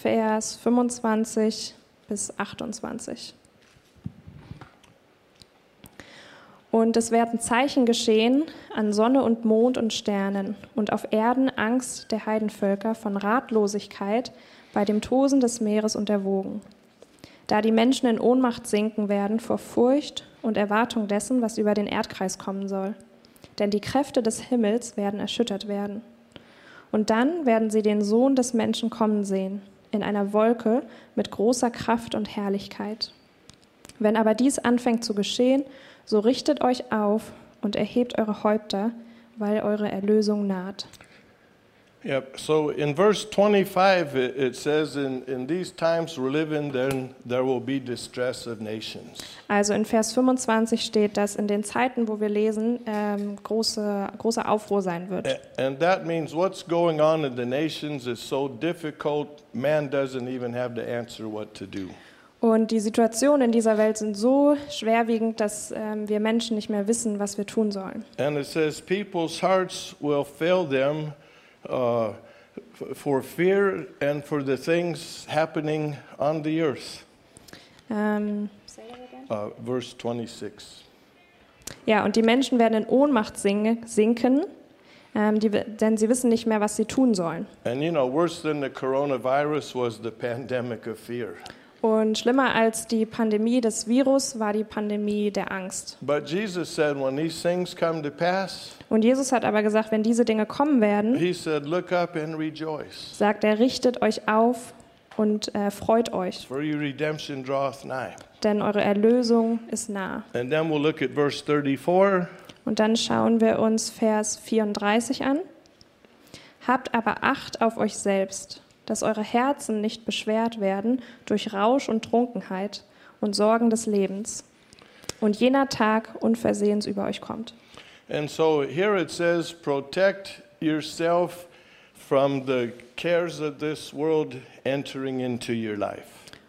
B: Vers 25 bis 28. Und es werden Zeichen geschehen an Sonne und Mond und Sternen und auf Erden Angst der Heidenvölker von Ratlosigkeit bei dem Tosen des Meeres und der Wogen. Da die Menschen in Ohnmacht sinken werden vor Furcht und Erwartung dessen, was über den Erdkreis kommen soll. Denn die Kräfte des Himmels werden erschüttert werden. Und dann werden sie den Sohn des Menschen kommen sehen, in einer Wolke mit großer Kraft und Herrlichkeit. Wenn aber dies anfängt zu geschehen, so richtet euch auf und erhebt eure Häupter, weil eure Erlösung naht.
A: Yep. So in verse 25, it, it says, in, in these times we're living, then there will be distress of nations.
B: Also in Vers 25 steht, dass in den Zeiten, wo wir lesen, ähm, große, großer Aufruhr sein wird.
A: A- And that means what's going on in the nations is so difficult, man doesn't even have the answer what to do.
B: Und die Situationen in dieser Welt sind so schwerwiegend, dass ähm, wir Menschen nicht mehr wissen, was wir tun sollen.
A: And it says, people's hearts will fail them uh, f- for fear and for the things happening on the earth.
B: Ähm,
A: Uh, verse 26.
B: ja, und die Menschen werden in Ohnmacht singe, sinken, ähm, die, wi- denn sie wissen nicht mehr, was sie tun sollen.
A: And you know, worse than the coronavirus was the pandemic of fear.
B: Und schlimmer als die Pandemie des Virus war die Pandemie der Angst.
A: But Jesus said, when these things come to pass,
B: Und Jesus hat aber gesagt, wenn diese Dinge kommen werden,
A: he said, Look up and rejoice,
B: sagt er, richtet euch auf und äh, freut euch,
A: for your redemption draweth nigh.
B: denn eure Erlösung ist nah.
A: And then we'll look at verse 34.
B: Und dann schauen wir uns Vers 34 an. Habt aber Acht auf euch selbst, dass eure Herzen nicht beschwert werden durch Rausch und Trunkenheit und Sorgen des Lebens und jener Tag unversehens über euch kommt.
A: And so here it says, Protect yourself from the cares of this world entering into your life.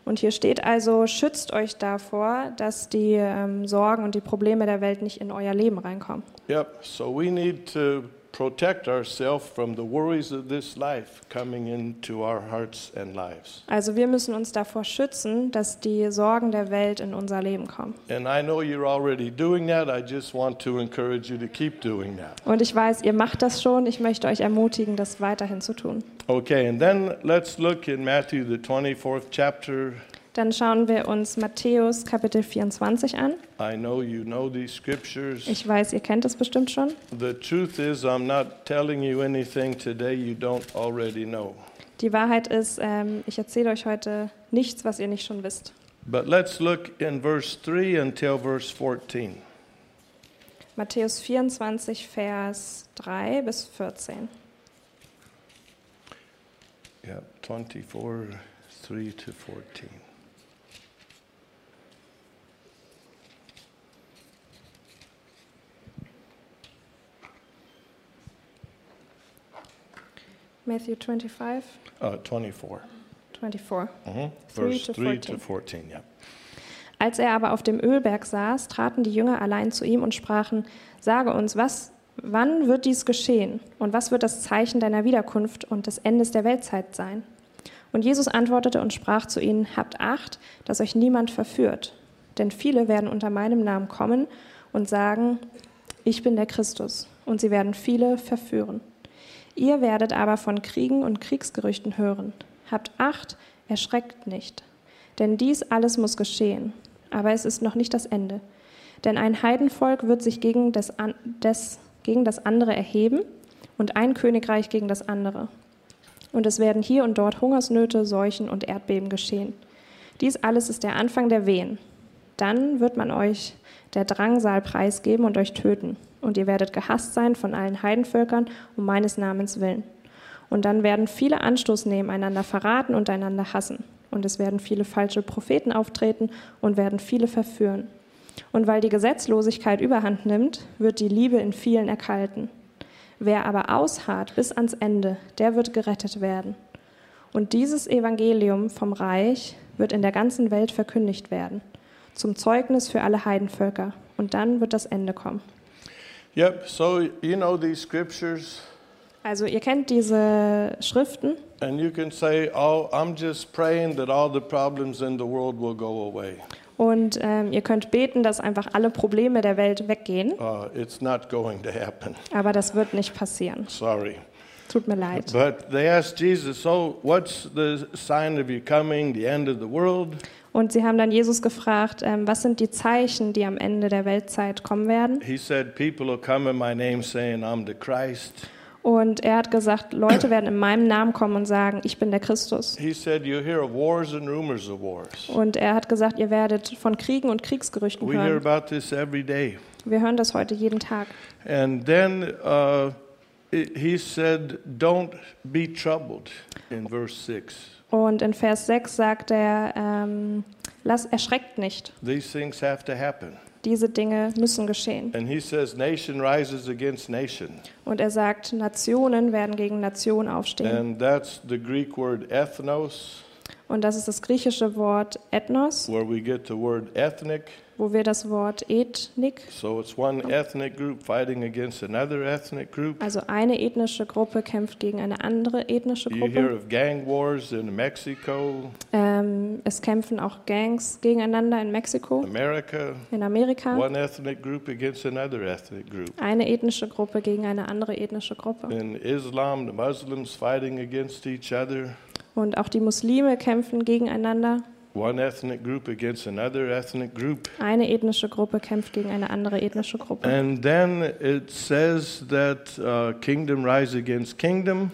B: Und hier steht also, schützt euch davor, dass die ähm, Sorgen und die Probleme der Welt nicht in euer Leben reinkommen.
A: Yep, so we need to protect ourselves from the worries of this life coming into our hearts and lives.
B: Also wir müssen uns davor schützen, dass die Sorgen der Welt in unser Leben kommen.
A: And I know you're already doing that. I just want to encourage you to keep doing that.
B: Und ich weiß, ihr macht das schon. Ich möchte euch ermutigen, das weiterhin zu tun.
A: Okay, and then let's look in Matthew, the 24th chapter.
B: Dann schauen wir uns Matthäus Kapitel 24 an.
A: I know you know these scriptures.
B: Ich weiß, ihr kennt es bestimmt schon.
A: The truth is, I'm not telling you anything today you don't already know.
B: Die Wahrheit ist, ähm, ich erzähle euch heute nichts, was ihr nicht schon wisst.
A: But let's look in verse 3 until verse 14.
B: Matthäus 24, Vers 3 bis 14.
A: Yeah, 24, 3 to 14.
B: Matthew 25,
A: Uh, 24.
B: 24.
A: Mhm.
B: Three
A: Verse
B: to
A: 3 to
B: 14.
A: 14, yeah.
B: Als er aber auf dem Ölberg saß, traten die Jünger allein zu ihm und sprachen: Sage uns, was, wann wird dies geschehen? Und was wird das Zeichen deiner Wiederkunft und des Endes der Weltzeit sein? Und Jesus antwortete und sprach zu ihnen: Habt Acht, dass euch niemand verführt. Denn viele werden unter meinem Namen kommen und sagen: Ich bin der Christus. Und sie werden viele verführen. Ihr werdet aber von Kriegen und Kriegsgerüchten hören. Habt Acht, erschreckt nicht. Denn dies alles muss geschehen. Aber es ist noch nicht das Ende. Denn ein Heidenvolk wird sich gegen das, an, des, gegen das andere erheben und ein Königreich gegen das andere. Und es werden hier und dort Hungersnöte, Seuchen und Erdbeben geschehen. Dies alles ist der Anfang der Wehen. Dann wird man euch der Drangsal preisgeben und euch töten. Und ihr werdet gehasst sein von allen Heidenvölkern um meines Namens willen. Und dann werden viele Anstoß nehmen, einander verraten und einander hassen. Und es werden viele falsche Propheten auftreten und werden viele verführen. Und weil die Gesetzlosigkeit überhand nimmt, wird die Liebe in vielen erkalten. Wer aber ausharrt bis ans Ende, der wird gerettet werden. Und dieses Evangelium vom Reich wird in der ganzen Welt verkündigt werden, zum Zeugnis für alle Heidenvölker. Und dann wird das Ende kommen.
A: Yep, so you know these scriptures.
B: Also ihr kennt diese Schriften
A: And you can say, Oh, I'm just praying that all the problems in the world will go away.
B: Und ähm, ihr könnt beten, dass einfach alle Probleme der Welt weggehen.
A: Uh, it's not going to happen.
B: Aber das wird nicht passieren.
A: Sorry.
B: Tut mir leid.
A: But they asked Jesus, So, what's the sign of your coming, the end of the world?
B: Und sie haben dann Jesus gefragt, ähm, was sind die Zeichen, die am Ende der Weltzeit kommen werden?
A: He said, People will come in my name saying, I'm the Christ.
B: Und er hat gesagt, Leute werden in meinem Namen kommen und sagen, ich bin der Christus.
A: He said, You'll hear of wars and rumors of wars.
B: Und er hat gesagt, ihr werdet von Kriegen und Kriegsgerüchten
A: We hear
B: hören.
A: about this every day.
B: Wir hören das heute jeden Tag.
A: And then uh, it- he said, Don't be troubled in verse 6.
B: Und in Vers 6 sagt er, ähm, lass, erschreckt nicht.
A: These things have to happen.
B: Diese Dinge müssen geschehen.
A: And he says, Nation rises against nation.
B: Und er sagt, Nationen werden gegen Nation aufstehen.
A: And that's the Greek word ethnos,
B: Und das ist das griechische Wort ethnos,
A: where we get the word ethnic.
B: wo wir das Wort Ethnik,
A: So it's one ethnic group fighting against another ethnic group.
B: also eine ethnische Gruppe kämpft gegen eine andere ethnische
A: You hear
B: Gruppe.
A: of gang wars in Mexico,
B: Ähm, es kämpfen auch Gangs gegeneinander in Mexiko,
A: America.
B: in Amerika.
A: One ethnic group against another ethnic group.
B: Eine ethnische Gruppe gegen eine andere ethnische Gruppe.
A: In Islam, the Muslims fighting against each other.
B: Und auch die Muslime kämpfen gegeneinander.
A: One ethnic group against another ethnic group.
B: Eine ethnische Gruppe kämpft gegen eine andere ethnische Gruppe.
A: And then it says that uh, kingdom rise against kingdom.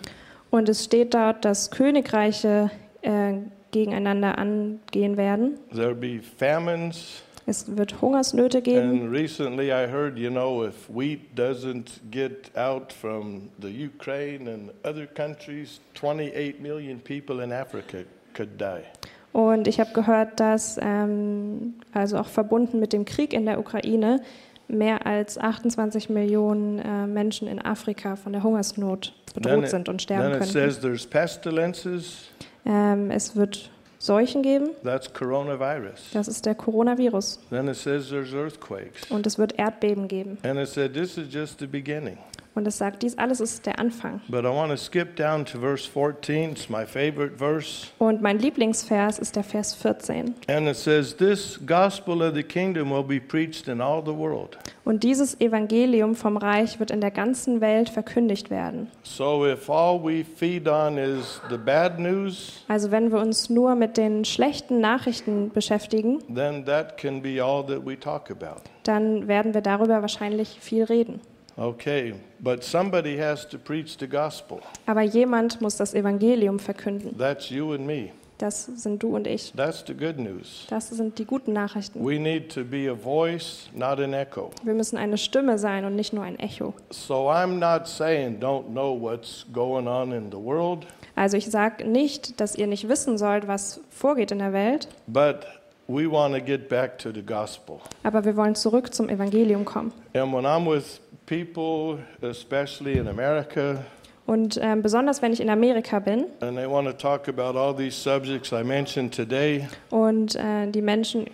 B: Und es steht dort, dass Königreiche äh, gegeneinander angehen werden.
A: There'll be famines.
B: Es wird Hungersnöte geben.
A: And recently I heard, you know, if wheat doesn't get out from the Ukraine and other countries, 28 million people in Africa could die.
B: Und ich habe gehört, dass, ähm, also auch verbunden mit dem Krieg in der Ukraine, mehr als 28 Millionen äh, Menschen in Afrika von der Hungersnot bedroht
A: Then it-
B: sind und
A: Then it
B: sterben könnten.
A: says there's pestilences.
B: Ähm, es wird Seuchen geben.
A: That's coronavirus.
B: Das ist der Coronavirus.
A: Then it says there's earthquakes.
B: Und es wird Erdbeben geben.
A: And it said this is just the beginning.
B: Und es sagt, dies alles ist der Anfang.
A: But I want to skip down to verse 14. It's my favorite verse.
B: Und mein Lieblingsvers ist der Vers 14.
A: And it says, This gospel of the kingdom will be preached in all the world.
B: Und dieses Evangelium vom Reich wird in der ganzen Welt verkündigt werden.
A: So if all we feed on is the bad news,
B: Also wenn wir uns nur mit den schlechten Nachrichten beschäftigen,
A: then that can be all that we talk about.
B: dann werden wir darüber wahrscheinlich viel reden.
A: Okay, but somebody has to preach the gospel.
B: Aber jemand muss das Evangelium verkünden.
A: That's you and me.
B: Das sind du und ich.
A: That's the good news.
B: Das sind die guten Nachrichten.
A: We need to be a voice, not an echo.
B: Wir müssen eine Stimme sein und nicht nur ein Echo.
A: So I'm not saying don't know what's going on in the world,
B: Also ich sage nicht, dass ihr nicht wissen sollt, was vorgeht in der Welt,
A: but we want to get back to the gospel.
B: aber wir wollen zurück zum Evangelium kommen.
A: And when I'm with people, especially in America,
B: Und ähm, besonders wenn ich in Amerika bin
A: and they want to talk about all these subjects I mentioned today,
B: und äh, die Menschen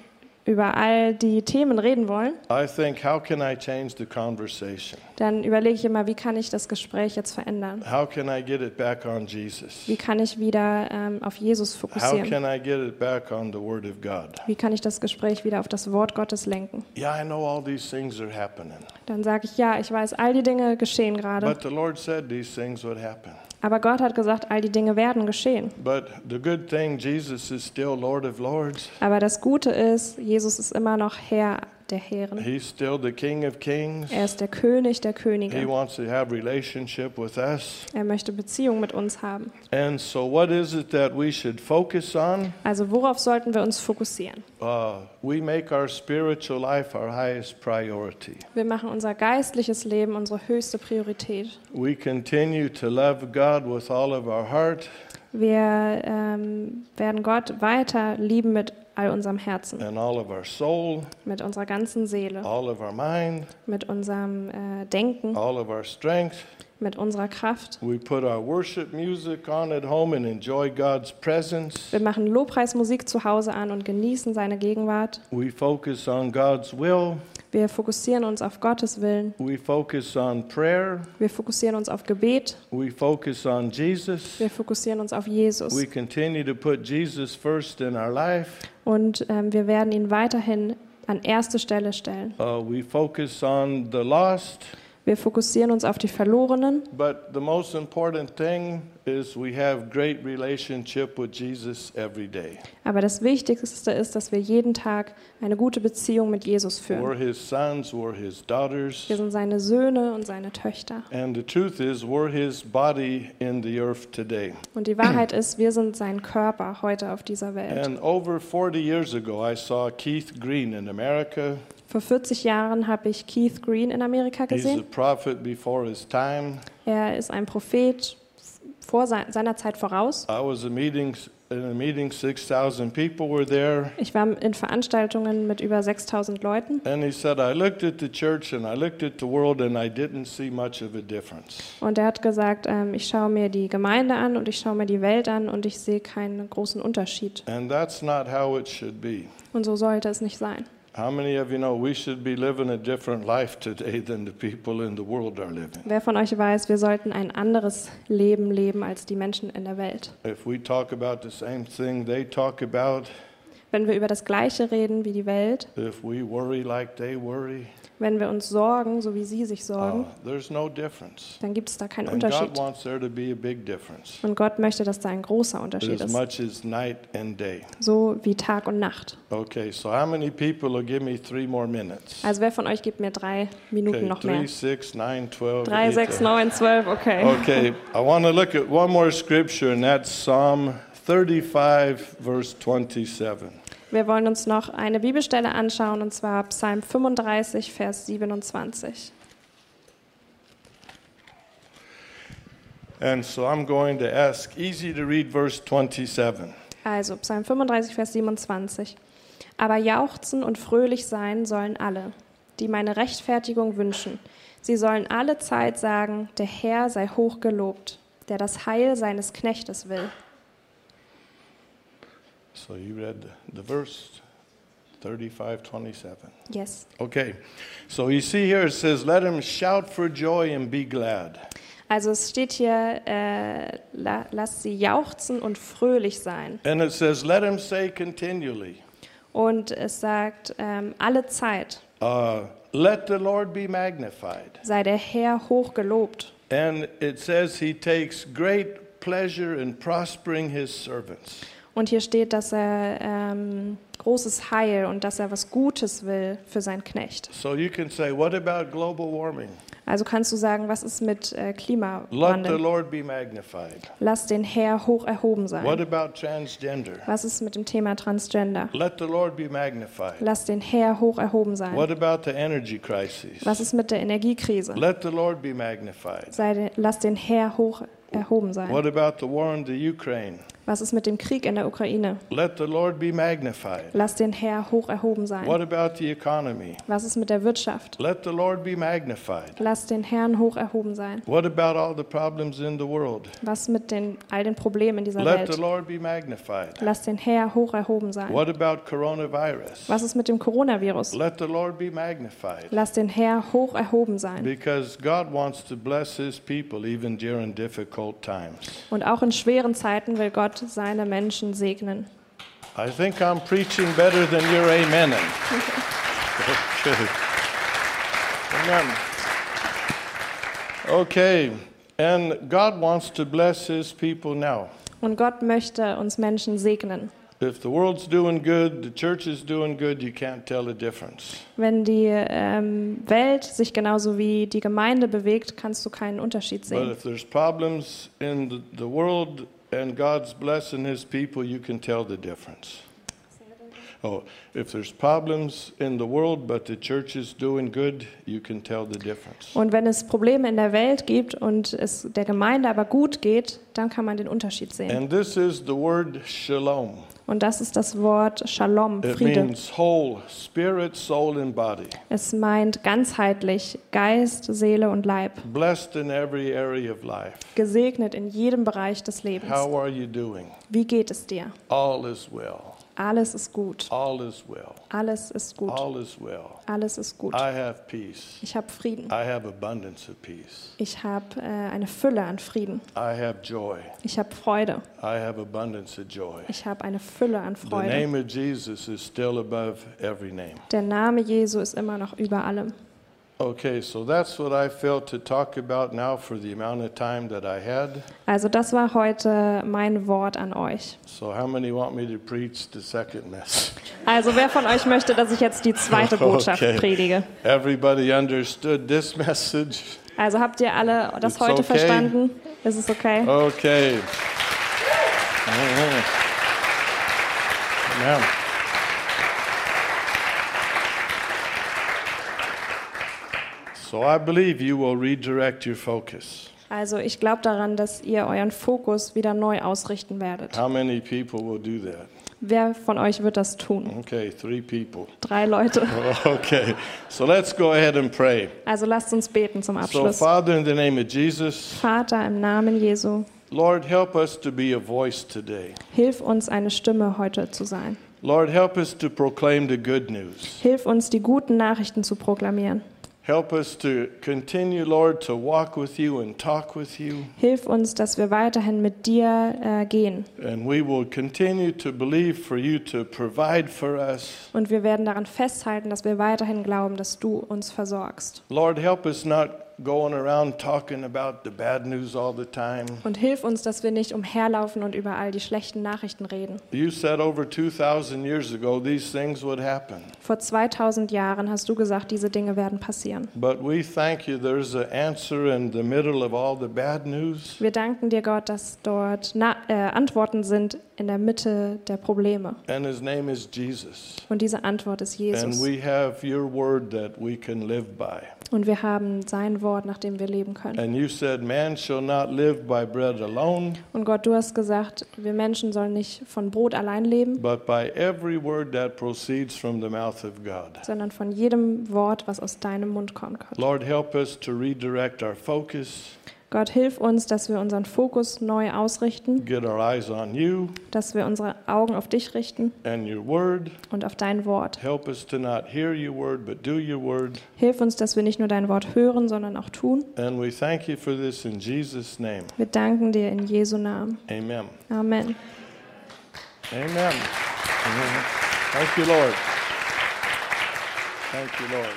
B: über all die Themen reden wollen,
A: I think, how can I change the conversation?
B: dann überlege ich immer, wie kann ich das Gespräch jetzt verändern?
A: How can I get it back on Jesus?
B: Wie kann ich wieder ähm, auf Jesus
A: How
B: fokussieren?
A: can I get it back on the Word of God?
B: Wie kann ich das Gespräch wieder auf das Wort Gottes lenken?
A: Yeah, I know all these things are happening,
B: Dann sage ich, ja, ich weiß, all die Dinge geschehen gerade.
A: but the Lord said these things would happen.
B: Aber Gott hat gesagt, all die Dinge werden geschehen.
A: But the good thing, Jesus is still Lord of Lords.
B: Aber das Gute ist, Jesus ist immer noch Herr der Herren.
A: He's still the King of Kings.
B: Er ist der König der
A: He
B: Könige.
A: wants to have relationship with us.
B: Er möchte Beziehung mit uns haben.
A: And so, what is it that we should focus on?
B: Also worauf sollten wir uns fokussieren?
A: Uh, we make our spiritual life our highest priority.
B: Wir machen unser geistliches Leben unsere höchste Priorität.
A: We continue to love God with all of our heart
B: Wir ähm, werden Gott weiter lieben mit all unserem Herzen,
A: and all of our soul,
B: mit unserer ganzen Seele,
A: all of our mind,
B: mit unserem äh, Denken,
A: all of our strength.
B: mit unserer Kraft.
A: We put our worship music on at home and enjoy God's presence.
B: Wir machen Lobpreismusik zu Hause an und genießen seine Gegenwart.
A: We focus on God's will.
B: Wir fokussieren uns auf Gottes Willen.
A: We focus on prayer.
B: Wir fokussieren uns auf Gebet.
A: We focus on Jesus.
B: Wir fokussieren uns auf Jesus.
A: We continue to put Jesus first in our life.
B: Und ähm, wir werden ihn weiterhin an erste Stelle stellen.
A: Uh, we focus on the lost.
B: Wir fokussieren uns auf die Verlorenen.
A: But the most important thing is we have great relationship with Jesus every day.
B: Aber das Wichtigste ist, dass wir jeden Tag eine gute Beziehung mit Jesus
A: We're
B: führen.
A: his sons, we're his daughters.
B: Wir sind seine Söhne und seine Töchter.
A: And the truth is, we're his body in the earth today.
B: Und die Wahrheit ist, wir sind sein Körper heute auf dieser Welt.
A: And over 40 years ago, I saw Keith Green in America.
B: Vor 40 Jahren habe ich Keith Green in Amerika
A: He's a
B: gesehen.
A: prophet before his time.
B: Er ist ein Prophet vor sein- seiner Zeit voraus.
A: I was a meeting, in a meeting, 6,000 people were there.
B: Ich war in Veranstaltungen mit über 6000 Leuten
A: And he said, I looked at the church and I looked at the world and I didn't see much of a difference.
B: und er hat gesagt, ähm, ich schaue mir die Gemeinde an und ich schaue mir die Welt an und ich sehe keinen großen Unterschied.
A: And that's not how it should be.
B: Und so sollte es nicht sein.
A: How many of you know we should be living a different life today than the people in the world are living?
B: Wer von euch weiß, wir sollten ein anderes Leben leben als die Menschen in der Welt.
A: If we talk about the same thing they talk about,
B: Wenn wir über das Gleiche reden wie die Welt,
A: if we worry like they worry,
B: wenn wir uns sorgen, so wie sie sich
A: uh,
B: sorgen,
A: there's no difference.
B: dann gibt es da keinen
A: And God
B: Unterschied.
A: wants there to be a big difference,
B: Und Gott möchte, dass da ein großer Unterschied
A: as
B: ist,
A: much as night and day.
B: so wie Tag und Nacht.
A: Okay, so how many people will give me three more minutes?
B: Also wer von euch gibt mir drei
A: Okay,
B: Minuten noch mehr?
A: three, six, nine, twelve.
B: Drei,
A: eight,
B: sechs,
A: ten.
B: neun, zwölf, okay.
A: Okay, I want to look at one more scripture, and that's Psalm 35, verse 27.
B: Wir wollen uns noch eine Bibelstelle anschauen, und zwar Psalm 35, Vers 27.
A: And so I'm going to ask, easy to read verse 27.
B: Also Psalm 35, Vers 27. Aber jauchzen und fröhlich sein sollen alle, die meine Rechtfertigung wünschen. Sie sollen alle Zeit sagen, der Herr sei hochgelobt, der das Heil seines Knechtes will.
A: So you read the, the verse 35, 27.
B: Yes.
A: Okay, so you see here it says, Let him shout for joy and be glad.
B: Also es steht hier, äh, la, lasst sie jauchzen und fröhlich sein.
A: And it says, Let him say continually,
B: Und es sagt, ähm, alle Zeit
A: uh, Let the Lord be magnified.
B: sei der Herr hochgelobt.
A: And it says, He takes great pleasure in prospering His servants.
B: Und hier steht, dass er ähm, großes Heil und dass er was Gutes will für seinen Knecht.
A: So you can say, What about global warming?
B: Also kannst du sagen, was ist mit äh,
A: Let the
B: Klimawandel?
A: Lord be magnified.
B: Lass den Herr hoch erhoben
A: What
B: sein.
A: about transgender?
B: Was ist mit dem Thema Transgender?
A: Let the Lord be magnified.
B: Lass den Herr hoch erhoben sein.
A: What about the energy crisis?
B: Was ist mit der Energiekrise?
A: Let the Lord be magnified.
B: Sei, de- lass den Herr hoch erhoben sein.
A: What about the war in the Ukraine?
B: Was ist mit dem Krieg in der Ukraine?
A: Let the Lord be magnified.
B: Lass den Herr hoch erhoben sein.
A: What about the economy?
B: Was ist mit der Wirtschaft?
A: Let the Lord be magnified.
B: Lass den Herrn hoch erhoben sein.
A: What about all the problems in the world?
B: Was mit den, all den Problemen in dieser
A: Let the
B: Welt?
A: Lord be magnified.
B: Lass den Herr hoch erhoben sein.
A: What about coronavirus?
B: Was ist mit dem Coronavirus?
A: Let the Lord be magnified.
B: Lass den Herr hoch erhoben sein.
A: Because God wants to bless his people even during difficult times.
B: Und auch in schweren Zeiten will Gott seine Menschen segnen.
A: I think I'm preaching better than your amen. Okay. Amen. Okay. And God wants to bless his people now.
B: Und Gott möchte uns Menschen segnen.
A: If the world's doing good, the church is doing good, you can't tell the difference.
B: Wenn die ähm, Welt sich genauso wie die Gemeinde bewegt, kannst du keinen Unterschied
A: But
B: sehen.
A: if there's problems in the, the world and God's blessing his people, you can tell the difference. Oh, if there's problems in the world but the church is doing good, you can tell the difference.
B: Und wenn es Probleme in der Welt gibt und es der Gemeinde aber gut geht, dann kann man den Unterschied sehen.
A: And this is the word shalom.
B: Und das ist das Wort Shalom,
A: It
B: Friede.
A: means whole, spirit, soul, and body.
B: Es meint ganzheitlich Geist, Seele und Leib.
A: Blessed in every area of life.
B: Gesegnet in jedem Bereich des Lebens.
A: How are you doing?
B: Wie geht es dir?
A: All is well.
B: Alles ist gut.
A: All is well.
B: Alles ist gut.
A: All is well.
B: Alles ist gut.
A: I have peace.
B: Ich habe Frieden.
A: I have abundance of peace.
B: Ich habe äh, eine Fülle an Frieden.
A: I have joy.
B: Ich habe Freude.
A: I have abundance of joy.
B: Ich habe eine Fülle an
A: The
B: Freude.
A: name of Jesus is still above every name.
B: Der Name Jesu ist immer noch über allem.
A: Okay, so that's what I felt to talk about now for the amount of time that I had.
B: Also das war heute mein Wort an euch.
A: So, how many want me to preach the second message?
B: Also wer von euch möchte, dass ich jetzt die zweite Botschaft
A: Okay.
B: predige?
A: Everybody understood this message?
B: Also habt ihr alle das
A: It's
B: heute
A: okay. Oh.
B: verstanden? Ist es okay?
A: Okay. Mhm. Amen. So, I believe you will redirect your focus.
B: Also ich glaube daran, dass ihr euren Fokus wieder neu ausrichten werdet.
A: How many people will do that?
B: Wer von euch wird das tun?
A: Okay, three people.
B: Drei Leute.
A: Okay, so let's go ahead and pray.
B: Also lasst uns beten zum
A: So,
B: Abschluss.
A: Father, in the name of Jesus,
B: Vater im Namen Jesu,
A: Lord, help us to be a voice today.
B: hilf uns eine Stimme heute zu sein.
A: Lord, help us to proclaim the good news.
B: Hilf uns die guten Nachrichten zu proklamieren.
A: Help us to continue, Lord, to walk with you and talk with you.
B: Hilf uns, dass wir weiterhin mit dir äh, gehen.
A: And we will continue to believe for you to provide for us.
B: Und wir werden daran festhalten, dass wir weiterhin glauben, dass du uns versorgst.
A: Lord, help us not going around talking about the bad news all the time.
B: Und hilf uns, dass wir nicht umherlaufen und über all die schlechten Nachrichten reden.
A: You said over 2,000 years ago these things would happen.
B: Vor 2000 Jahren hast du gesagt, diese Dinge werden passieren.
A: But we thank you. There's an answer in the middle of all the bad news.
B: Wir danken dir, Gott, dass dort Na äh, Antworten sind in der Mitte der Probleme.
A: And his name is Jesus.
B: Und diese Antwort ist
A: And
B: Jesus.
A: we have your word that we can live by.
B: Und wir haben sein Wort, nach dem wir leben können.
A: And you said, Man shall not live by bread alone,
B: Und Gott, du hast gesagt, wir Menschen sollen nicht von Brot allein leben,
A: but by every word that proceeds from the mouth of God.
B: sondern von jedem Wort, was aus deinem Mund kommt, Gott.
A: Lord, help us to redirect our focus,
B: Gott, hilf uns, dass wir unseren Fokus neu ausrichten,
A: get our eyes on you
B: dass wir unsere Augen auf dich richten
A: and your word.
B: und auf dein Wort.
A: Help us to not hear your word, but do your word.
B: Hilf uns, dass wir nicht nur dein Wort hören, sondern auch tun.
A: And we thank you for this in Jesus' name.
B: Wir danken dir in Jesu Namen.
A: Amen.
B: Amen.
A: Amen. Thank you, Lord. Thank you, Lord.